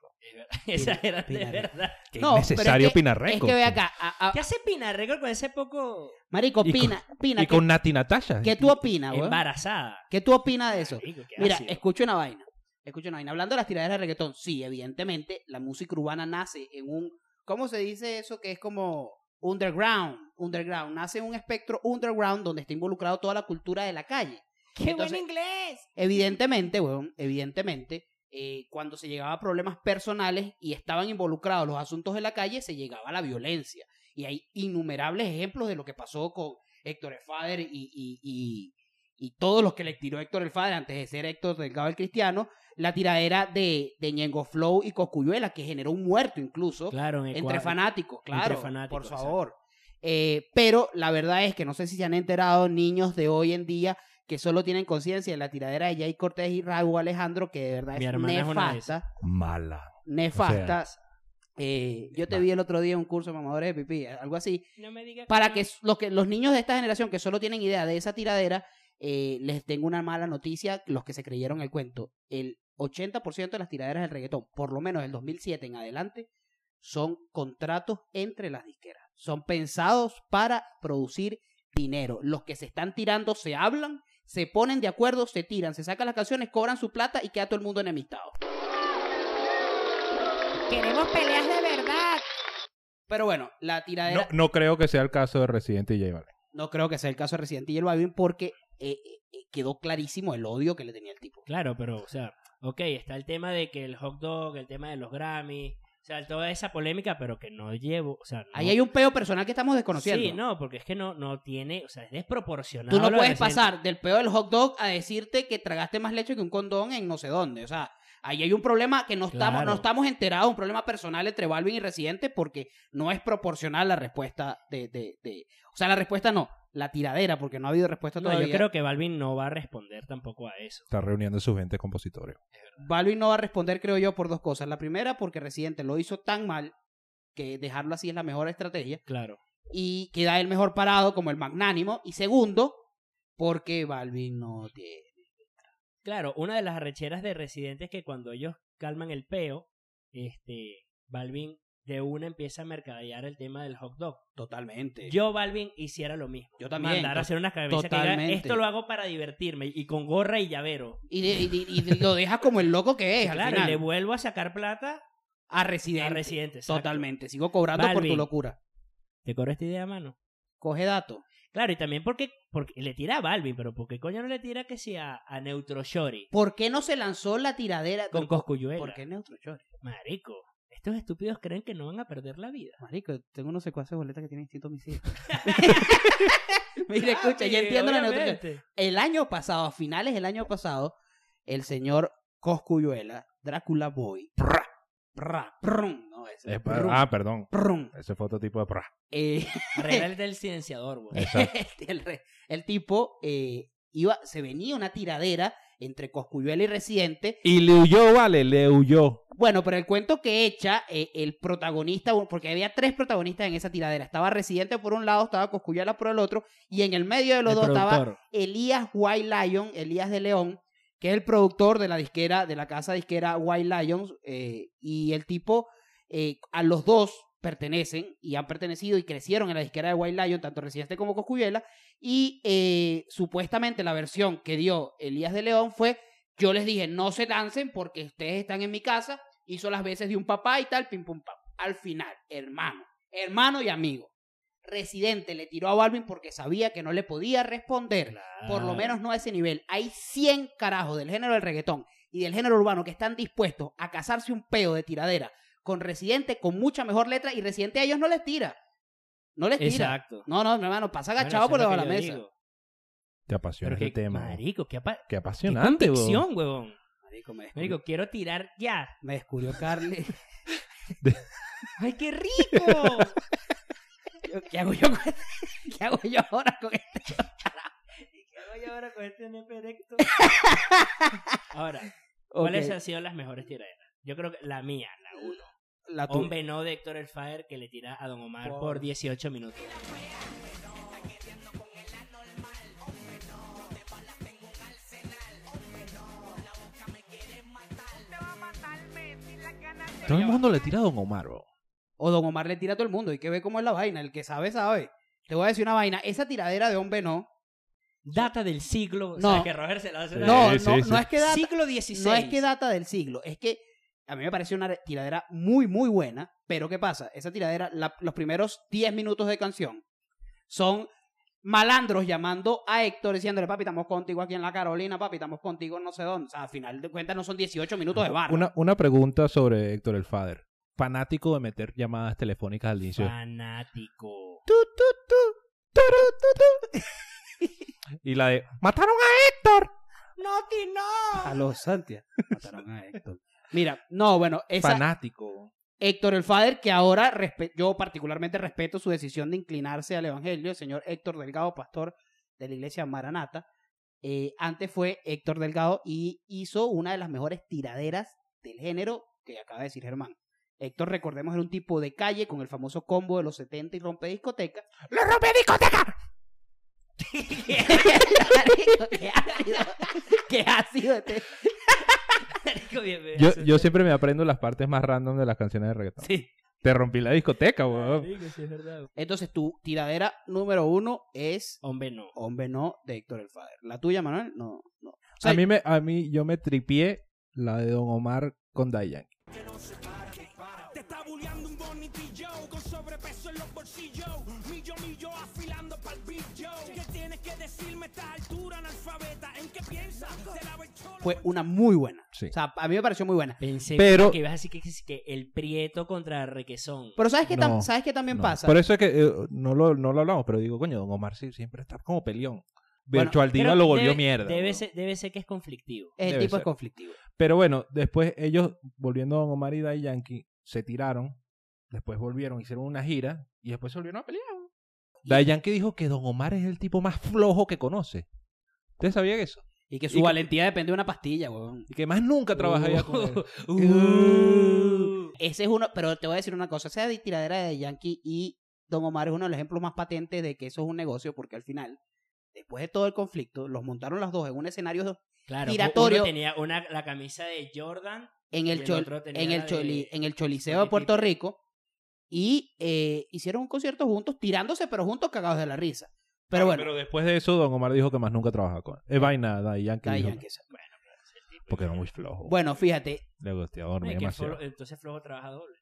Speaker 2: Esas eran de
Speaker 1: Pina-
Speaker 2: verdad.
Speaker 3: Qué
Speaker 1: No, pero es
Speaker 3: innecesario
Speaker 1: que-
Speaker 3: Pina
Speaker 1: Es
Speaker 3: Records.
Speaker 1: que ve acá. a- a-
Speaker 2: ¿Qué hace Pina Record con ese poco
Speaker 1: Marico,
Speaker 3: Y con-
Speaker 1: Pina, Pina,
Speaker 3: Y
Speaker 1: ¿qué,
Speaker 3: con Nati Natasha.
Speaker 1: qué tú opinas, güey?
Speaker 2: embarazada?
Speaker 1: ¿Qué tú opinas de eso?
Speaker 2: Marico, qué
Speaker 1: Mira,
Speaker 2: ácido.
Speaker 1: escucha una vaina. Escucha una vaina. Hablando de las tiraderas de reggaetón, sí, evidentemente, la música urbana nace en un. ¿Cómo se dice eso? Que es como underground. Underground. Nace en un espectro underground donde está involucrado toda la cultura de la calle.
Speaker 2: ¡Qué
Speaker 1: entonces-
Speaker 2: buen inglés!
Speaker 1: Evidentemente, weón, evidentemente, eh, cuando se llegaba a problemas personales y estaban involucrados los asuntos de la calle, se llegaba a la violencia. Y hay innumerables ejemplos de lo que pasó con Héctor El Fader y, y- y- y todos los que le tiró Héctor El Fader antes de ser Héctor Delgado el Cristiano, la tiradera de, de Ñengo Flow y Coscuyuela, que generó un muerto incluso
Speaker 2: Claro, en
Speaker 1: entre
Speaker 2: Ecuador.
Speaker 1: fanáticos, claro,
Speaker 2: fanáticos,
Speaker 1: por
Speaker 2: exacto.
Speaker 1: favor. Eh, pero la verdad es que no sé si se han enterado niños de hoy en día que solo tienen conciencia de la tiradera de Jay Cortés y Raúl Alejandro, que de verdad
Speaker 2: Mi
Speaker 1: es
Speaker 2: hermana es una de esas.
Speaker 1: nefasta,
Speaker 3: Mala.
Speaker 1: nefastas. Eh, yo te vi el otro día en un curso de mamadores de pipí, algo así,
Speaker 2: No me digas
Speaker 1: para que los, que los niños de esta generación que solo tienen idea de esa tiradera, eh, les tengo una mala noticia, los que se creyeron el cuento. El 80% de las tiraderas del reggaetón, por lo menos del 2007 en adelante, son contratos entre las disqueras. Son pensados para producir dinero. Los que se están tirando se hablan, se ponen de acuerdo, se tiran, se sacan las canciones, cobran su plata y queda todo el mundo enemistado.
Speaker 5: Queremos peleas de verdad.
Speaker 1: Pero bueno, la tiradera...
Speaker 3: No, no creo que sea el caso de Residente y J Balvin.
Speaker 1: No creo que sea el caso de Resident Evil Babylon porque eh, eh, quedó clarísimo el odio que le tenía el tipo.
Speaker 2: Claro, pero, o sea, ok, está el tema de que el hot dog, el tema de los Grammy, o sea, toda esa polémica, pero que no llevo, o sea, no-
Speaker 1: Ahí hay un peo personal que estamos desconociendo.
Speaker 2: Sí, no, porque es que no, no tiene, o sea, es desproporcionado.
Speaker 1: Tú no
Speaker 2: lo
Speaker 1: puedes
Speaker 2: reciente.
Speaker 1: pasar del peo del hot dog a decirte que tragaste más leche que un condón en no sé dónde. O sea, ahí hay un problema que no estamos,
Speaker 2: Claro.
Speaker 1: no estamos enterados, un problema personal entre Balvin y Residente porque no es proporcional la respuesta de, de- de- O sea, la respuesta no, la tiradera, porque no ha habido respuesta
Speaker 2: No,
Speaker 1: todavía.
Speaker 2: yo creo que Balvin no va a responder tampoco a eso.
Speaker 3: Está reuniendo sus 20 compositores.
Speaker 1: Balvin no va a responder, creo yo, por dos cosas. La primera, porque Residente lo hizo tan mal que dejarlo así es la mejor estrategia
Speaker 2: Claro.
Speaker 1: y queda el mejor parado como el magnánimo. Y segundo, porque Balvin no tiene...
Speaker 2: Claro, una de las arrecheras de residentes es que cuando ellos calman el peo, este, Balvin de una empieza a mercadear el tema del hot dog.
Speaker 1: Totalmente.
Speaker 2: Yo, Balvin, hiciera lo mismo.
Speaker 1: Yo también,
Speaker 2: Mandar a
Speaker 1: to-
Speaker 2: hacer unas cabezas que diga,
Speaker 1: totalmente.
Speaker 2: esto lo hago para divertirme y con gorra y llavero.
Speaker 1: Y, de- y de- y de- lo dejas como el loco que es al
Speaker 2: claro, y
Speaker 1: final.
Speaker 2: le vuelvo a sacar plata
Speaker 1: a residente.
Speaker 2: a residentes. exacto.
Speaker 1: Totalmente. Sigo cobrando por tu
Speaker 2: Balvin.
Speaker 1: locura.
Speaker 2: ¿Te corro esta idea, mano?
Speaker 1: Coge datos.
Speaker 2: Claro, y también porque, porque le tira a Balvin, pero ¿por qué coño no le tira que sea a Neutro Shorty
Speaker 1: ¿Por qué no se lanzó la tiradera
Speaker 2: con Coscuyuela?
Speaker 1: ¿Por qué Neutro Short?
Speaker 2: Marico, estos estúpidos creen que no van a perder la vida.
Speaker 1: Marico, tengo unos secuaces boletas que tienen instinto homicida. *laughs* Mira, escucha, ya entiendo la Neutro Short.
Speaker 2: Obviamente.
Speaker 1: El año pasado, a finales del año pasado, el señor Coscuyuela, Drácula Boy. Prra, prra, prrum. No, ese.
Speaker 3: Eh,
Speaker 1: prrum,
Speaker 3: ah, perdón.
Speaker 1: prrum.
Speaker 3: Ese fue otro tipo de pra.
Speaker 1: Eh,
Speaker 2: Arregla el del silenciador,
Speaker 1: *laughs*
Speaker 2: güey.
Speaker 3: Exacto.
Speaker 1: Este, el, re- el tipo eh, iba, se venía una tiradera entre Coscuyuela y Residente.
Speaker 3: Y le huyó, vale, le huyó.
Speaker 1: Bueno, pero el cuento que echa eh, el protagonista, porque había tres protagonistas en esa tiradera. Estaba Residente por un lado, estaba Coscuyuela por el otro, y en el medio de los
Speaker 2: El
Speaker 1: dos estaba
Speaker 2: productor.
Speaker 1: Elías White Lion, Elías de León, que es el productor de la disquera, de la casa disquera White Lions, eh, y el tipo, eh, a los dos pertenecen y han pertenecido y crecieron en la disquera de White Lion, tanto Residente como Coscuyuela, y eh, supuestamente la versión que dio Elías de León fue, yo les dije, no se lancen porque ustedes están en mi casa, hizo las veces de un papá y tal, pim pum pam. Al final, hermano, hermano y amigo. Residente le tiró a Balvin porque sabía que no le podía responder. Por lo
Speaker 2: Claro.
Speaker 1: menos no a ese nivel. Hay 100 carajos del género del reggaetón y del género urbano que están dispuestos a casarse un peo de tiradera con Residente con mucha mejor letra y Residente a ellos no les tira. No les tira.
Speaker 2: Exacto.
Speaker 1: No, no, mi hermano, pasa
Speaker 2: Bueno,
Speaker 1: agachado
Speaker 2: eso
Speaker 1: por
Speaker 2: es lo
Speaker 1: debajo de la
Speaker 2: que yo
Speaker 1: mesa.
Speaker 2: digo.
Speaker 3: Te apasiona
Speaker 2: Pero
Speaker 3: este
Speaker 2: qué
Speaker 3: tema.
Speaker 2: Marico, qué, apa-
Speaker 3: Qué
Speaker 2: qué
Speaker 3: apasionante, weón.
Speaker 2: convicción, huevón.
Speaker 1: Marico, me descubrió,
Speaker 2: Marico, quiero tirar ya.
Speaker 1: me descubrió Carly.
Speaker 2: *laughs* ¡Ay, qué rico!
Speaker 1: ¿Qué hago *laughs* yo con *laughs* ¿Qué hago yo ahora con esto?
Speaker 2: Voy ahora con este nepe erecto. Ahora,
Speaker 1: Ok,
Speaker 2: ¿cuáles han sido las mejores tiraderas? Yo creo que la mía, la uno.
Speaker 1: La tu-
Speaker 2: Hombre no de Héctor El Fader que le tira a Don Omar
Speaker 1: Por-
Speaker 2: por, 18 minutos.
Speaker 3: Todo el mundo le tira a Don Omar, weón.
Speaker 1: O Don Omar le tira a todo el mundo. Y que ve cómo es la vaina. El que sabe, sabe. Te voy a decir una vaina. Esa tiradera de hombre no.
Speaker 2: Data del siglo.
Speaker 1: No.
Speaker 2: O sea, que Roger se la hace
Speaker 3: Sí,
Speaker 2: una-
Speaker 1: No,
Speaker 3: sí,
Speaker 1: no,
Speaker 3: sí.
Speaker 1: no es que data.
Speaker 2: Siglo XVI.
Speaker 1: No es que data del siglo, es que a mí me parece una tiradera muy, muy buena, pero ¿qué pasa? Esa tiradera, la- los primeros 10 minutos de canción son malandros llamando a Héctor diciéndole, papi, estamos contigo aquí en la Carolina, papi, estamos contigo en no sé dónde. O sea, al final de cuentas no son 18 minutos de barra.
Speaker 3: Una, una pregunta sobre Héctor el Fader. Fanático de meter llamadas telefónicas al inicio.
Speaker 2: Fanático.
Speaker 3: Y la de ¡Mataron a Héctor!
Speaker 1: *laughs* A los Santia. Mataron a Héctor. Mira, no, bueno, esa,
Speaker 3: Fanático.
Speaker 1: Héctor el Fader, que ahora respe- yo particularmente respeto su decisión de inclinarse al Evangelio, el señor Héctor Delgado, pastor de la iglesia Maranata. Eh, antes fue Héctor Delgado y hizo una de las mejores tiraderas del género que acaba de decir Germán. Héctor, recordemos, era un tipo de calle con el famoso combo de los 70 y rompe discoteca.
Speaker 3: ¡Lo rompí
Speaker 1: *laughs*
Speaker 3: discoteca!
Speaker 1: ¿Qué ha sido? ¿Qué ha sido este?
Speaker 2: Marico, bien, bien,
Speaker 3: Yo,
Speaker 2: eso
Speaker 3: yo
Speaker 2: está-
Speaker 3: siempre me aprendo las partes más random de las canciones de reggaetón.
Speaker 2: Sí.
Speaker 3: Te rompí la discoteca, weón.
Speaker 2: Marico, sí, es verdad.
Speaker 1: Entonces, tu tiradera número uno es
Speaker 2: Hombre, no.
Speaker 1: Hombre No de Héctor el Fader. La tuya, Manuel, no. no. O sea,
Speaker 3: A mí, me, a mí yo me tripié la de Don Omar con Dayan.
Speaker 5: Te está bulleando un bonitillo con sobrepeso en los bolsillos. Millo, millo, afilando pa'l billo.
Speaker 1: fue una muy buena.
Speaker 3: Sí.
Speaker 1: O sea, a mí me pareció muy buena.
Speaker 2: Pensé
Speaker 3: Pero-
Speaker 2: que ibas a decir que, que el Prieto contra Requesón.
Speaker 1: Pero ¿sabes qué, tam-
Speaker 3: No,
Speaker 1: ¿sabes qué también
Speaker 3: No,
Speaker 1: pasa?
Speaker 3: Por eso es que eh, no, lo, no lo hablamos, pero digo, coño, Don Omar sí, siempre está como peleón.
Speaker 1: Bueno,
Speaker 3: Virtualdino
Speaker 2: Pero
Speaker 3: lo volvió
Speaker 2: debe-
Speaker 3: mierda.
Speaker 2: Debe
Speaker 3: weón.
Speaker 2: ser, debe ser que es conflictivo.
Speaker 1: el
Speaker 3: debe
Speaker 1: tipo
Speaker 3: ser.
Speaker 1: es conflictivo.
Speaker 3: Pero bueno, después ellos, volviendo a Don Omar y Dai Yankee, se tiraron. Después volvieron, hicieron una gira y después se volvieron a pelear. weón. Dai Yankee dijo que Don Omar es el tipo más flojo que conoce. ¿Ustedes sabían eso?
Speaker 1: Y que
Speaker 3: Y
Speaker 1: su
Speaker 3: que-
Speaker 1: valentía depende de una pastilla, weón.
Speaker 3: Y que más nunca trabajaría con
Speaker 2: *laughs*
Speaker 3: él.
Speaker 2: Uh.
Speaker 1: Ese es uno, pero te voy a decir una cosa, esa de tiradera de Yankee y Don Omar es uno de los ejemplos más patentes de que eso es un negocio porque al final, después de todo el conflicto, los montaron los dos en un escenario
Speaker 2: Claro,
Speaker 1: Giratorio.
Speaker 2: uno tenía una, la camisa de Jordan
Speaker 1: en
Speaker 2: Y
Speaker 1: el,
Speaker 2: el
Speaker 1: chol-
Speaker 2: otro tenía
Speaker 1: en,
Speaker 2: la
Speaker 1: el choli-
Speaker 2: de-
Speaker 1: en el Choliseo de
Speaker 2: Oye,
Speaker 1: Puerto
Speaker 2: tipo.
Speaker 1: Rico y eh, hicieron un concierto juntos, tirándose pero juntos cagados de la risa. Pero bueno,
Speaker 3: Pero después de eso, Don Omar dijo que más nunca trabajaba con él. Es vaina, Dai Yankee.
Speaker 1: cada
Speaker 3: dijo,
Speaker 1: Yankee se- bueno.
Speaker 3: Porque era muy flojo. weón.
Speaker 1: Bueno, fíjate,
Speaker 3: Le gustaba
Speaker 2: Ay,
Speaker 3: dormir
Speaker 2: eh, que
Speaker 3: demasiado.
Speaker 2: Flo- entonces Flojo trabaja doble.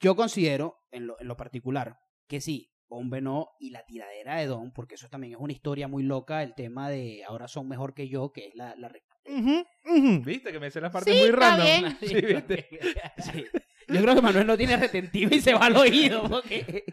Speaker 1: yo considero, en lo, en lo particular, que sí, Hombre No y la tiradera de Don, porque eso también es una historia muy loca, el tema de Ahora son mejor que yo, que es la, la re-
Speaker 3: Ujú, ujú. Viste que me sé las partes
Speaker 1: Sí,
Speaker 3: muy
Speaker 1: está
Speaker 3: random.
Speaker 1: bien.
Speaker 3: Ah, *laughs* Sí,
Speaker 1: *laughs*
Speaker 3: viste.
Speaker 2: *laughs* *laughs* Sí.
Speaker 1: Yo creo que Manuel no tiene retentiva y se va al oído, *laughs* porque...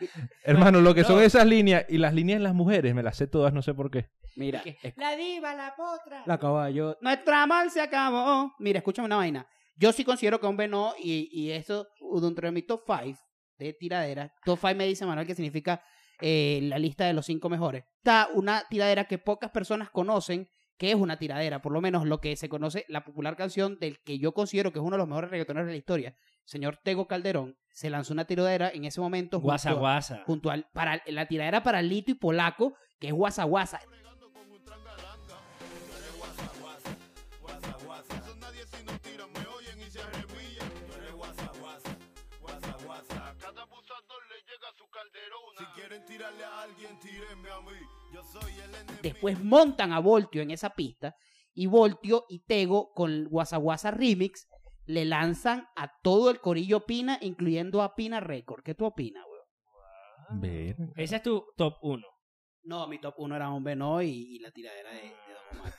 Speaker 3: Hermano, lo que
Speaker 2: No.
Speaker 3: son esas líneas y las líneas de las mujeres, me las sé todas, no sé por qué.
Speaker 1: Mira, es-
Speaker 2: La diva, la potra.
Speaker 1: la caballo... Nuestra mal se acabó. Mira, escúchame una vaina. Yo sí considero que Hombre No y, y eso, dentro de mi top 5 de tiradera, top 5 me dice Manuel que significa eh, la lista de los cinco mejores. Está una tiradera que pocas personas conocen, que es una tiradera, por lo menos lo que se conoce, la popular canción del que yo considero que es uno de los mejores reggaetoneros de la historia, señor Tego Calderón, se lanzó una tiradera en ese momento junto
Speaker 2: Guasa,
Speaker 1: a-
Speaker 2: guasa.
Speaker 1: junto al para la tiradera para Lito y Polaco, que es Guasa Guasa.
Speaker 6: Si quieren tirarle a alguien, tírenme a mí. Yo soy el enemigo.
Speaker 1: Después montan a Voltio en esa pista y Voltio y Tego con el Guasa Guasa Remix le lanzan a todo el corillo Pina, incluyendo a Pina Record. ¿Qué tú opinas, weón?
Speaker 3: Ver.
Speaker 2: Ese es tu top 1.
Speaker 1: No, mi top 1 era Hombre No y, y la tiradera de, de Don Omar.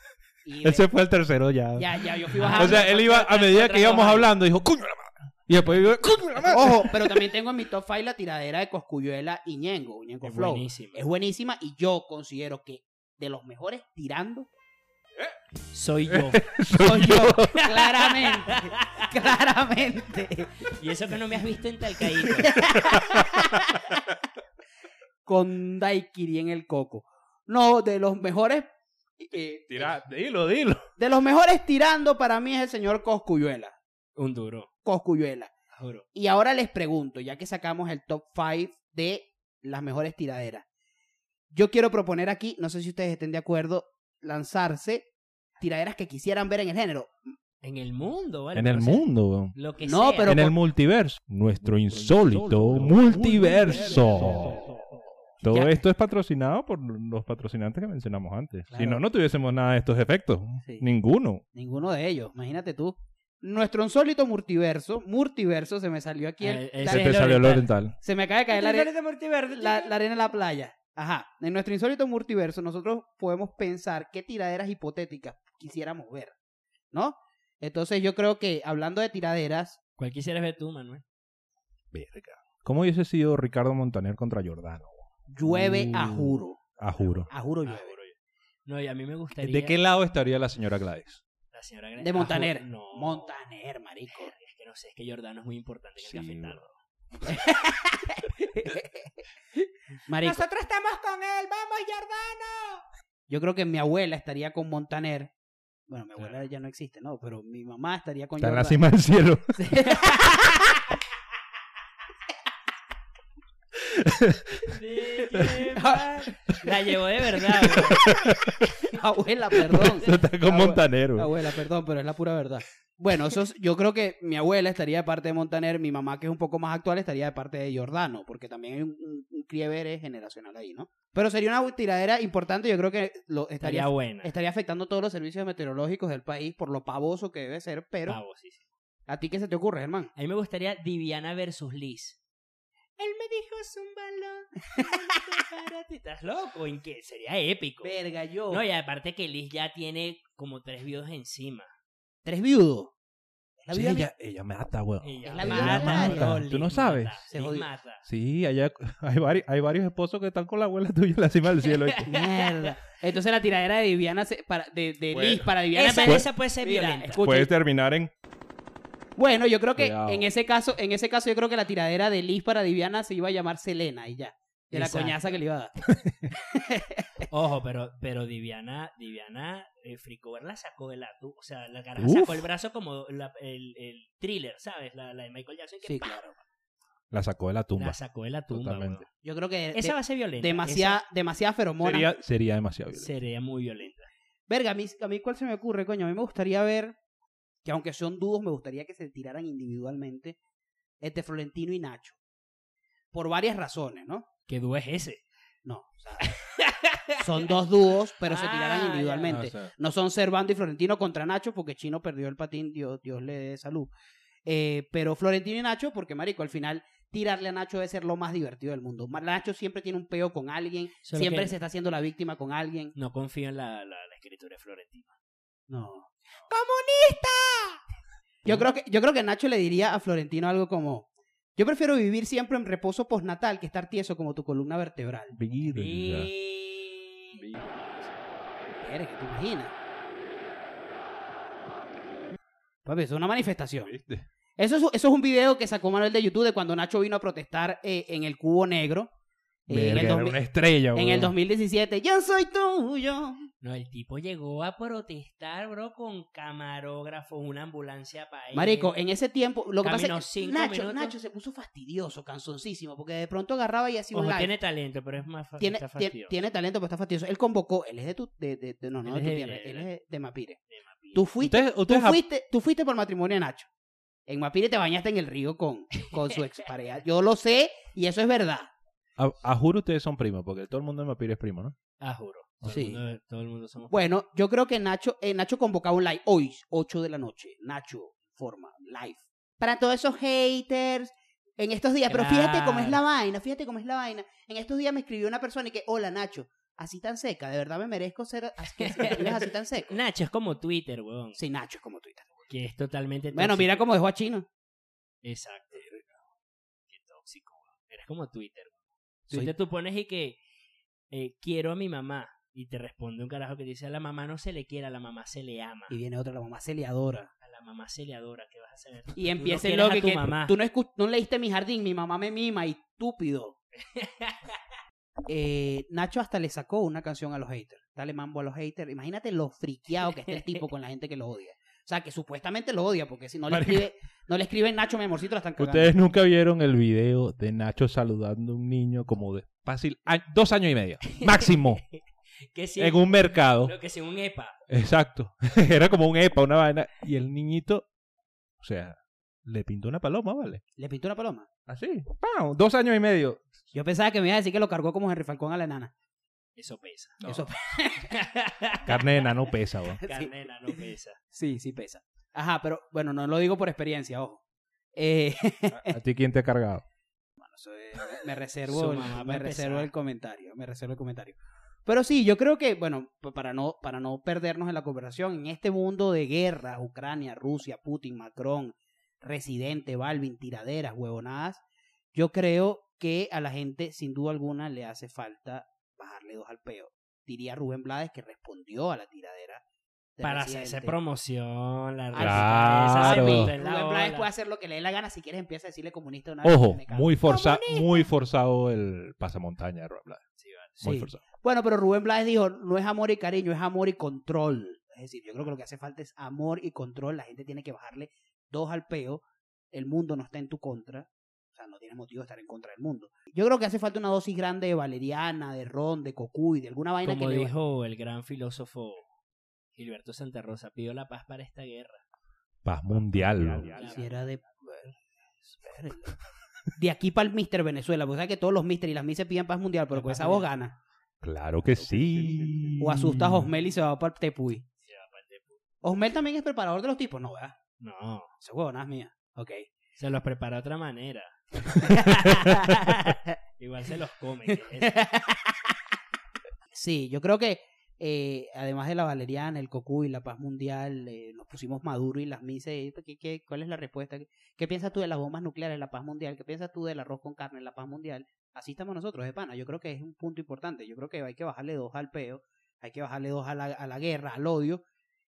Speaker 1: Y de-
Speaker 3: *laughs* Ese fue el tercero ya.
Speaker 1: ya, Ah, ya, yo fui bajando.
Speaker 3: o sea, él iba, a medida que íbamos hablando, dijo, ¡cuño la madre! Y después dijo, ¡cuño la madre!
Speaker 1: Ojo, pero también tengo en mi top 5 la tiradera de Coscuyuela y Ñengo, Ñengo
Speaker 2: Es
Speaker 1: Flow.
Speaker 2: buenísimo.
Speaker 1: Es buenísima y yo considero que de los mejores
Speaker 3: *laughs*
Speaker 1: tirando
Speaker 2: Soy yo.
Speaker 1: *laughs* soy yo. claramente. *laughs* Claramente.
Speaker 2: y eso que no me has visto en Talcaíno.
Speaker 3: *laughs*
Speaker 1: Con Daikiri en el coco. No, de los mejores. eh,
Speaker 3: Tira, dilo, dilo.
Speaker 1: de los mejores tirando para mí es el señor Coscuyuela.
Speaker 2: Un duro.
Speaker 1: Coscuyuela.
Speaker 2: Juro.
Speaker 1: Y ahora les pregunto, ya que sacamos el top 5 de las mejores tiraderas. Yo quiero proponer aquí, no sé si ustedes estén de acuerdo, lanzarse tiraderas que quisieran ver en el género.
Speaker 2: En el mundo, ¿vale?
Speaker 3: En el
Speaker 2: O sea,
Speaker 3: mundo, weón.
Speaker 2: Lo que
Speaker 1: No,
Speaker 2: sea.
Speaker 1: Pero
Speaker 3: en el
Speaker 1: por-
Speaker 3: multiverso. Nuestro insólito multiverso. Todo
Speaker 1: Ya.
Speaker 3: esto es patrocinado por los patrocinantes que mencionamos antes. Si
Speaker 1: Claro.
Speaker 3: no, no tuviésemos nada de estos efectos.
Speaker 1: Sí.
Speaker 3: Ninguno.
Speaker 1: Ninguno de ellos, imagínate tú. Nuestro insólito multiverso, multiverso, se me salió aquí. el-
Speaker 2: Eh, ese
Speaker 1: la
Speaker 2: es
Speaker 3: Se
Speaker 1: arena-
Speaker 3: te
Speaker 2: el
Speaker 3: salió el
Speaker 2: oriental.
Speaker 3: oriental.
Speaker 1: se me acaba de caer la, are- la-
Speaker 2: La-
Speaker 1: la arena en la playa. Ajá. En nuestro insólito multiverso, nosotros podemos pensar qué tiraderas hipotéticas quisiéramos ver, ¿no? Entonces, yo creo que hablando de tiraderas,
Speaker 2: ¿Cuál quisieras ver tú, Manuel?
Speaker 3: Verga. ¿Cómo hubiese sido Ricardo Montaner contra Jordano?
Speaker 1: llueve a
Speaker 3: Uh.
Speaker 1: juro.
Speaker 3: A juro.
Speaker 1: A juro llueve.
Speaker 2: No, y a mí me gustaría.
Speaker 3: ¿De qué lado estaría la señora Gladys?
Speaker 2: La señora Grande.
Speaker 1: De Montaner.
Speaker 2: No.
Speaker 1: Montaner, marico.
Speaker 2: Es que no sé, es que Jordano es muy importante en el
Speaker 3: Sí,
Speaker 2: cafetal.
Speaker 1: Marico.
Speaker 2: estamos con él, vamos, Jordano.
Speaker 1: Yo creo que mi abuela estaría con Montaner. Bueno, mi abuela ya no existe, ¿no? Pero mi mamá estaría con
Speaker 3: Está en la
Speaker 1: Jordano. *laughs*
Speaker 3: cima del cielo.
Speaker 1: *laughs*
Speaker 2: La llevó de verdad. güey.
Speaker 1: abuela, perdón.
Speaker 3: *laughs* Está con
Speaker 1: Abue-
Speaker 3: Montanero.
Speaker 1: Abuela, perdón, pero es la pura verdad. Bueno, eso es- yo creo que mi abuela estaría de parte de Montaner, mi mamá, que es un poco más actual, estaría de parte de Jordano, porque también hay un, un, un crievere generacional ahí, ¿no? Pero sería una tiradera importante, yo creo que lo estaría, este,
Speaker 2: Estaría buena.
Speaker 1: estaría afectando todos los servicios meteorológicos del país por lo pavoso que debe ser, pero
Speaker 2: Pavo, sí, sí.
Speaker 1: ¿a ti qué se te ocurre, hermano?
Speaker 2: A mí me gustaría Diviana versus Liz. Él me dijo es un balón.
Speaker 1: *laughs*
Speaker 2: para ti". ¿Estás loco? ¿En qué? Sería épico.
Speaker 1: Verga, yo.
Speaker 2: No, y aparte que Liz ya tiene como tres viudos encima.
Speaker 1: Tres viudos.
Speaker 2: *laughs*
Speaker 1: Es la
Speaker 3: Sí,
Speaker 1: vida mía.
Speaker 3: ella, ella mata, weón.
Speaker 2: Ella
Speaker 1: Es la
Speaker 2: mata,
Speaker 1: vida de
Speaker 3: Mario.
Speaker 2: Liz
Speaker 3: Tú no
Speaker 2: mata,
Speaker 3: sabes.
Speaker 1: Se
Speaker 2: Liz
Speaker 1: jodió.
Speaker 2: mata.
Speaker 3: Sí, allá *laughs* hay, vari- hay varios esposos que están con la abuela tuya en la cima
Speaker 1: *laughs*
Speaker 3: del cielo. ¿oíste?
Speaker 1: Mierda. Entonces la tiradera de Viviana se- para, de, de
Speaker 3: Bueno.
Speaker 1: Liz para Viviana.
Speaker 2: Esa,
Speaker 1: Mira,
Speaker 2: esa puede ser violenta.
Speaker 1: escucha,
Speaker 3: Puede terminar en...
Speaker 1: Bueno, yo creo que
Speaker 3: Cuidado.
Speaker 1: en ese caso, en ese caso yo creo que la tiradera de Liz para Diviana se iba a llamar Selena y ya. De la
Speaker 2: Exacto.
Speaker 1: coñaza que le iba a dar.
Speaker 2: Ojo, pero, pero Diviana, Diviana, eh, Fricover la sacó de la. tú- O sea, la cara
Speaker 3: Uf.
Speaker 2: sacó el brazo como la- el, el thriller, ¿sabes? La, la de Michael Jackson. Que
Speaker 1: Sí,
Speaker 2: ¡pam!
Speaker 1: claro.
Speaker 3: La sacó de la tumba.
Speaker 2: La sacó de la tumba.
Speaker 3: Totalmente.
Speaker 2: weón.
Speaker 1: Yo creo que de-
Speaker 2: Esa va a ser violenta.
Speaker 1: demasiada, demasiada feromona.
Speaker 3: Sería, sería demasiado
Speaker 2: Esa
Speaker 3: violento.
Speaker 2: sería muy violenta.
Speaker 1: Verga, a mí, a mí cuál se me ocurre, coño. A mí me gustaría ver, que aunque son dúos, me gustaría que se tiraran individualmente este Florentino y Nacho. Por varias razones, ¿no?
Speaker 2: ¿Qué dúo es ese?
Speaker 1: No. o
Speaker 2: *laughs*
Speaker 1: sea, son dos dúos, pero se
Speaker 2: Ah,
Speaker 1: tiraran
Speaker 2: ya.
Speaker 1: individualmente.
Speaker 3: Ah, O sea,
Speaker 1: No son Servando y Florentino contra Nacho porque Chino perdió el patín, Dios, Dios le dé salud. Eh, pero Florentino y Nacho, porque marico, al final tirarle a Nacho debe ser lo más divertido del mundo. Ma- Nacho siempre tiene un peo con alguien,
Speaker 2: Solo
Speaker 1: siempre
Speaker 2: que-
Speaker 1: se está haciendo la víctima con alguien.
Speaker 2: No confío en la, la, la escritura de Florentino.
Speaker 1: No. ¡Comunista! Yo creo, que, yo creo que Nacho le diría a Florentino algo como: Yo prefiero vivir siempre en reposo postnatal que estar tieso como tu columna vertebral.
Speaker 3: virga.
Speaker 1: Verga, ¿te imaginas? Papi, eso es una manifestación.
Speaker 3: ¿Viste?
Speaker 1: Eso es, eso es un video que sacó Manuel de YouTube de cuando Nacho vino a protestar eh, en el Cubo Negro. eh, en,
Speaker 3: Verga,
Speaker 1: el
Speaker 3: era
Speaker 1: 2000
Speaker 3: una estrella,
Speaker 1: en el
Speaker 3: weón.
Speaker 1: 2017. Yo soy tuyo.
Speaker 2: No, el tipo llegó a protestar, bro, con camarógrafo, una ambulancia para él.
Speaker 1: Marico, en ese tiempo, lo que
Speaker 2: Caminó
Speaker 1: pasa es que
Speaker 2: cinco
Speaker 1: Nacho,
Speaker 2: minutos.
Speaker 1: Nacho se puso fastidioso, cansoncísimo, porque de pronto agarraba y hacía un
Speaker 2: Ojo,
Speaker 1: live.
Speaker 2: tiene talento, pero es más fácil.
Speaker 1: tiene, tiene- tiene talento, pero está fastidioso. Él convocó, él es de tu, de, de- de- no, no
Speaker 2: Él
Speaker 1: de
Speaker 2: es
Speaker 1: tu
Speaker 2: de-
Speaker 1: tierra,
Speaker 2: de-
Speaker 1: él es de- de Mapire.
Speaker 2: De Mapire.
Speaker 1: Tú fuiste,
Speaker 3: Ustedes,
Speaker 1: tú,
Speaker 3: ustedes
Speaker 1: fuiste, tú fuiste por matrimonio de Nacho. En Mapire te bañaste en el río con, con su expareja. Yo lo sé y eso es verdad.
Speaker 3: a, a- a juro ustedes son primos, porque todo el mundo en Mapire es primo, ¿no?
Speaker 2: Ah, juro. Todo,
Speaker 1: Sí.
Speaker 2: el mundo, todo el mundo somos.
Speaker 1: Bueno, yo creo que Nacho, eh, Nacho convocaba un live hoy, 8 de la noche. Nacho, forma, live. Para todos esos haters en estos días. Pero fíjate cómo es la
Speaker 2: Claro.
Speaker 1: vaina, fíjate cómo es la vaina. En estos días me escribió una persona y que, hola Nacho, así tan seca, de verdad me merezco ser así, que me escribes así tan seco.
Speaker 2: Nacho es como Twitter, weón.
Speaker 1: Sí, Nacho es como Twitter.
Speaker 2: Que es totalmente.
Speaker 1: Bueno,
Speaker 2: tóxico.
Speaker 1: mira cómo dejó a Chino.
Speaker 2: Exacto. Qué tóxico, weón. Eres como Twitter. weón.
Speaker 1: Sí.
Speaker 2: Twitter tú pones y que eh, quiero a mi mamá. Y te responde un carajo que dice: A la mamá no se le quiere, a la mamá se le ama.
Speaker 1: Y viene otra, la mamá celeadora.
Speaker 2: A la mamá se le adora. ¿Qué vas a hacer?
Speaker 1: Y empieza
Speaker 2: quieres
Speaker 1: lo
Speaker 2: a
Speaker 1: que,
Speaker 2: tu
Speaker 1: que
Speaker 2: mamá.
Speaker 1: tú no, escu- no leíste mi jardín, mi mamá me mima, y
Speaker 2: *laughs*
Speaker 1: estúpido. Eh, Nacho hasta le sacó una canción a los haters. Dale mambo a los haters. Imagínate lo friqueado que está el tipo con la gente que lo odia. O sea, que supuestamente lo odia, porque si no le
Speaker 3: Marico.
Speaker 1: escribe, no le escribe Nacho, mi amorcito, la están cagando.
Speaker 3: Ustedes nunca vieron el video de Nacho saludando a un niño como de fácil a- dos años y medio, máximo,
Speaker 2: Que si,
Speaker 3: en un mercado.
Speaker 2: lo que si un EPA.
Speaker 3: Exacto. *laughs* Era como un EPA, una vaina. Y el niñito, o sea, le pintó una paloma, ¿vale?
Speaker 1: Le pintó una paloma.
Speaker 3: Así. ¡pam! Dos años y medio.
Speaker 1: Yo pensaba que me iba a decir que lo cargó como Henry Falcón a la nana.
Speaker 2: Eso pesa.
Speaker 1: Eso *laughs*
Speaker 3: Carne de nano pesa, weón.
Speaker 2: Carnena no pesa.
Speaker 1: sí, sí pesa. Ajá, pero bueno, no lo digo por experiencia, ojo. Eh,
Speaker 3: ¿A- ¿A ti quién te ha cargado?
Speaker 1: Eso es- eh, me reservo,
Speaker 2: Su
Speaker 1: el,
Speaker 2: mamá
Speaker 1: me
Speaker 2: va a
Speaker 1: reservo
Speaker 2: empezar.
Speaker 1: el comentario, me reservo el comentario. Pero sí, yo creo que, bueno, p- para no, para no perdernos en la conversación, en este mundo de guerras, Ucrania, Rusia, Putin, Macron, Residente, Balvin, tiraderas, huevonadas, yo creo que a la gente, sin duda alguna, le hace falta bajarle dos al peo. Diría Rubén Blades que respondió a la tiradera. de
Speaker 2: Para
Speaker 1: Residente.
Speaker 2: hacerse promoción, la
Speaker 3: Claro.
Speaker 2: esa se pinta en la
Speaker 1: Rubén Blades
Speaker 2: ola.
Speaker 1: puede hacer lo que le dé la gana. Si quieres, empieza a decirle comunista una vez,
Speaker 3: Ojo,
Speaker 1: Ah, me cago.
Speaker 3: muy, forza, muy forzado el pasamontaña, Rob Black. Muy
Speaker 1: Sí.
Speaker 3: forzado.
Speaker 1: Bueno, pero Rubén Blades dijo, no es amor y cariño, es amor y control. Es decir, yo creo que lo que hace falta es amor y control. La gente tiene que bajarle dos al peo. El mundo no está en tu contra. O sea, no tienes motivo de estar en contra del mundo. Yo creo que hace falta una dosis grande de Valeriana, de Ron, de Cocuy, de alguna vaina
Speaker 2: Como
Speaker 1: que le-
Speaker 2: dijo el gran filósofo Gilberto Santa Rosa, pido la paz para esta guerra.
Speaker 3: Paz mundial. weón.
Speaker 1: quisiera de... De aquí para el Mister Venezuela, porque sabes que todos los Mister y las Mises piden paz mundial, pero con esa voz gana.
Speaker 3: Claro que sí.
Speaker 1: O asusta a
Speaker 3: Mm.
Speaker 1: Osmel y se va para Tepuy. Osmel también es preparador de los tipos, ¿no? ¿verdad?
Speaker 2: No,
Speaker 1: Esa huevonada es mía. Ok.
Speaker 2: se los prepara de otra manera. Igual se los
Speaker 1: *laughs*
Speaker 2: comen.
Speaker 1: Sí, yo creo que eh, además de la Valeriana, el Cocuy, la paz mundial, eh, nos pusimos Maduro y las mises. y esto, ¿qué- qué- cuál es la respuesta? ¿Qué, qué piensas tú de las bombas nucleares, la paz mundial? ¿Qué piensas tú del arroz con carne, la paz mundial? Así estamos nosotros, de pana. Yo creo que es un punto importante. Yo creo que hay que bajarle dos al peo, hay que bajarle dos a la, a la guerra, al odio.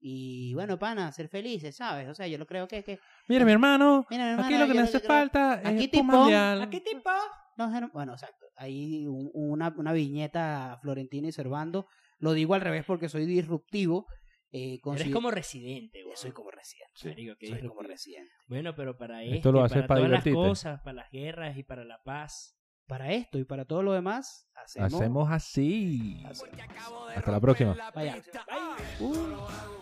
Speaker 1: Y bueno, pana, ser felices, ¿sabes? O sea, yo lo creo que, que
Speaker 7: Mira, mi hermano,
Speaker 1: Mira, mi
Speaker 7: aquí
Speaker 1: hermano,
Speaker 7: lo que
Speaker 1: yo
Speaker 7: nos
Speaker 1: lo
Speaker 7: hace
Speaker 1: que creo-
Speaker 7: falta
Speaker 2: Eh,
Speaker 1: aquí
Speaker 7: es
Speaker 1: tipo,
Speaker 7: Pum Mundial.
Speaker 1: aquí tipo. No, no, bueno, exacto. Ahí un- una, una viñeta a Florentino y Servando. Lo digo al revés porque soy disruptivo. Eh,
Speaker 2: Eres
Speaker 1: consi-
Speaker 2: como residente, güey.
Speaker 1: Soy como residente.
Speaker 2: Marico, qué
Speaker 1: soy
Speaker 2: disruptivo.
Speaker 1: como residente.
Speaker 2: Bueno, pero para
Speaker 7: Esto
Speaker 2: esto,
Speaker 7: lo haces
Speaker 2: para,
Speaker 7: para
Speaker 2: todas
Speaker 7: divertirte.
Speaker 2: las cosas, para las guerras y para la paz.
Speaker 1: Para esto y para todo lo demás, hacemos.
Speaker 7: Hacemos así.
Speaker 8: Porque acabo de
Speaker 7: Hasta la
Speaker 8: romper
Speaker 7: próxima.
Speaker 1: Vaya.
Speaker 8: pista.
Speaker 2: Ay.
Speaker 8: Yo lo hago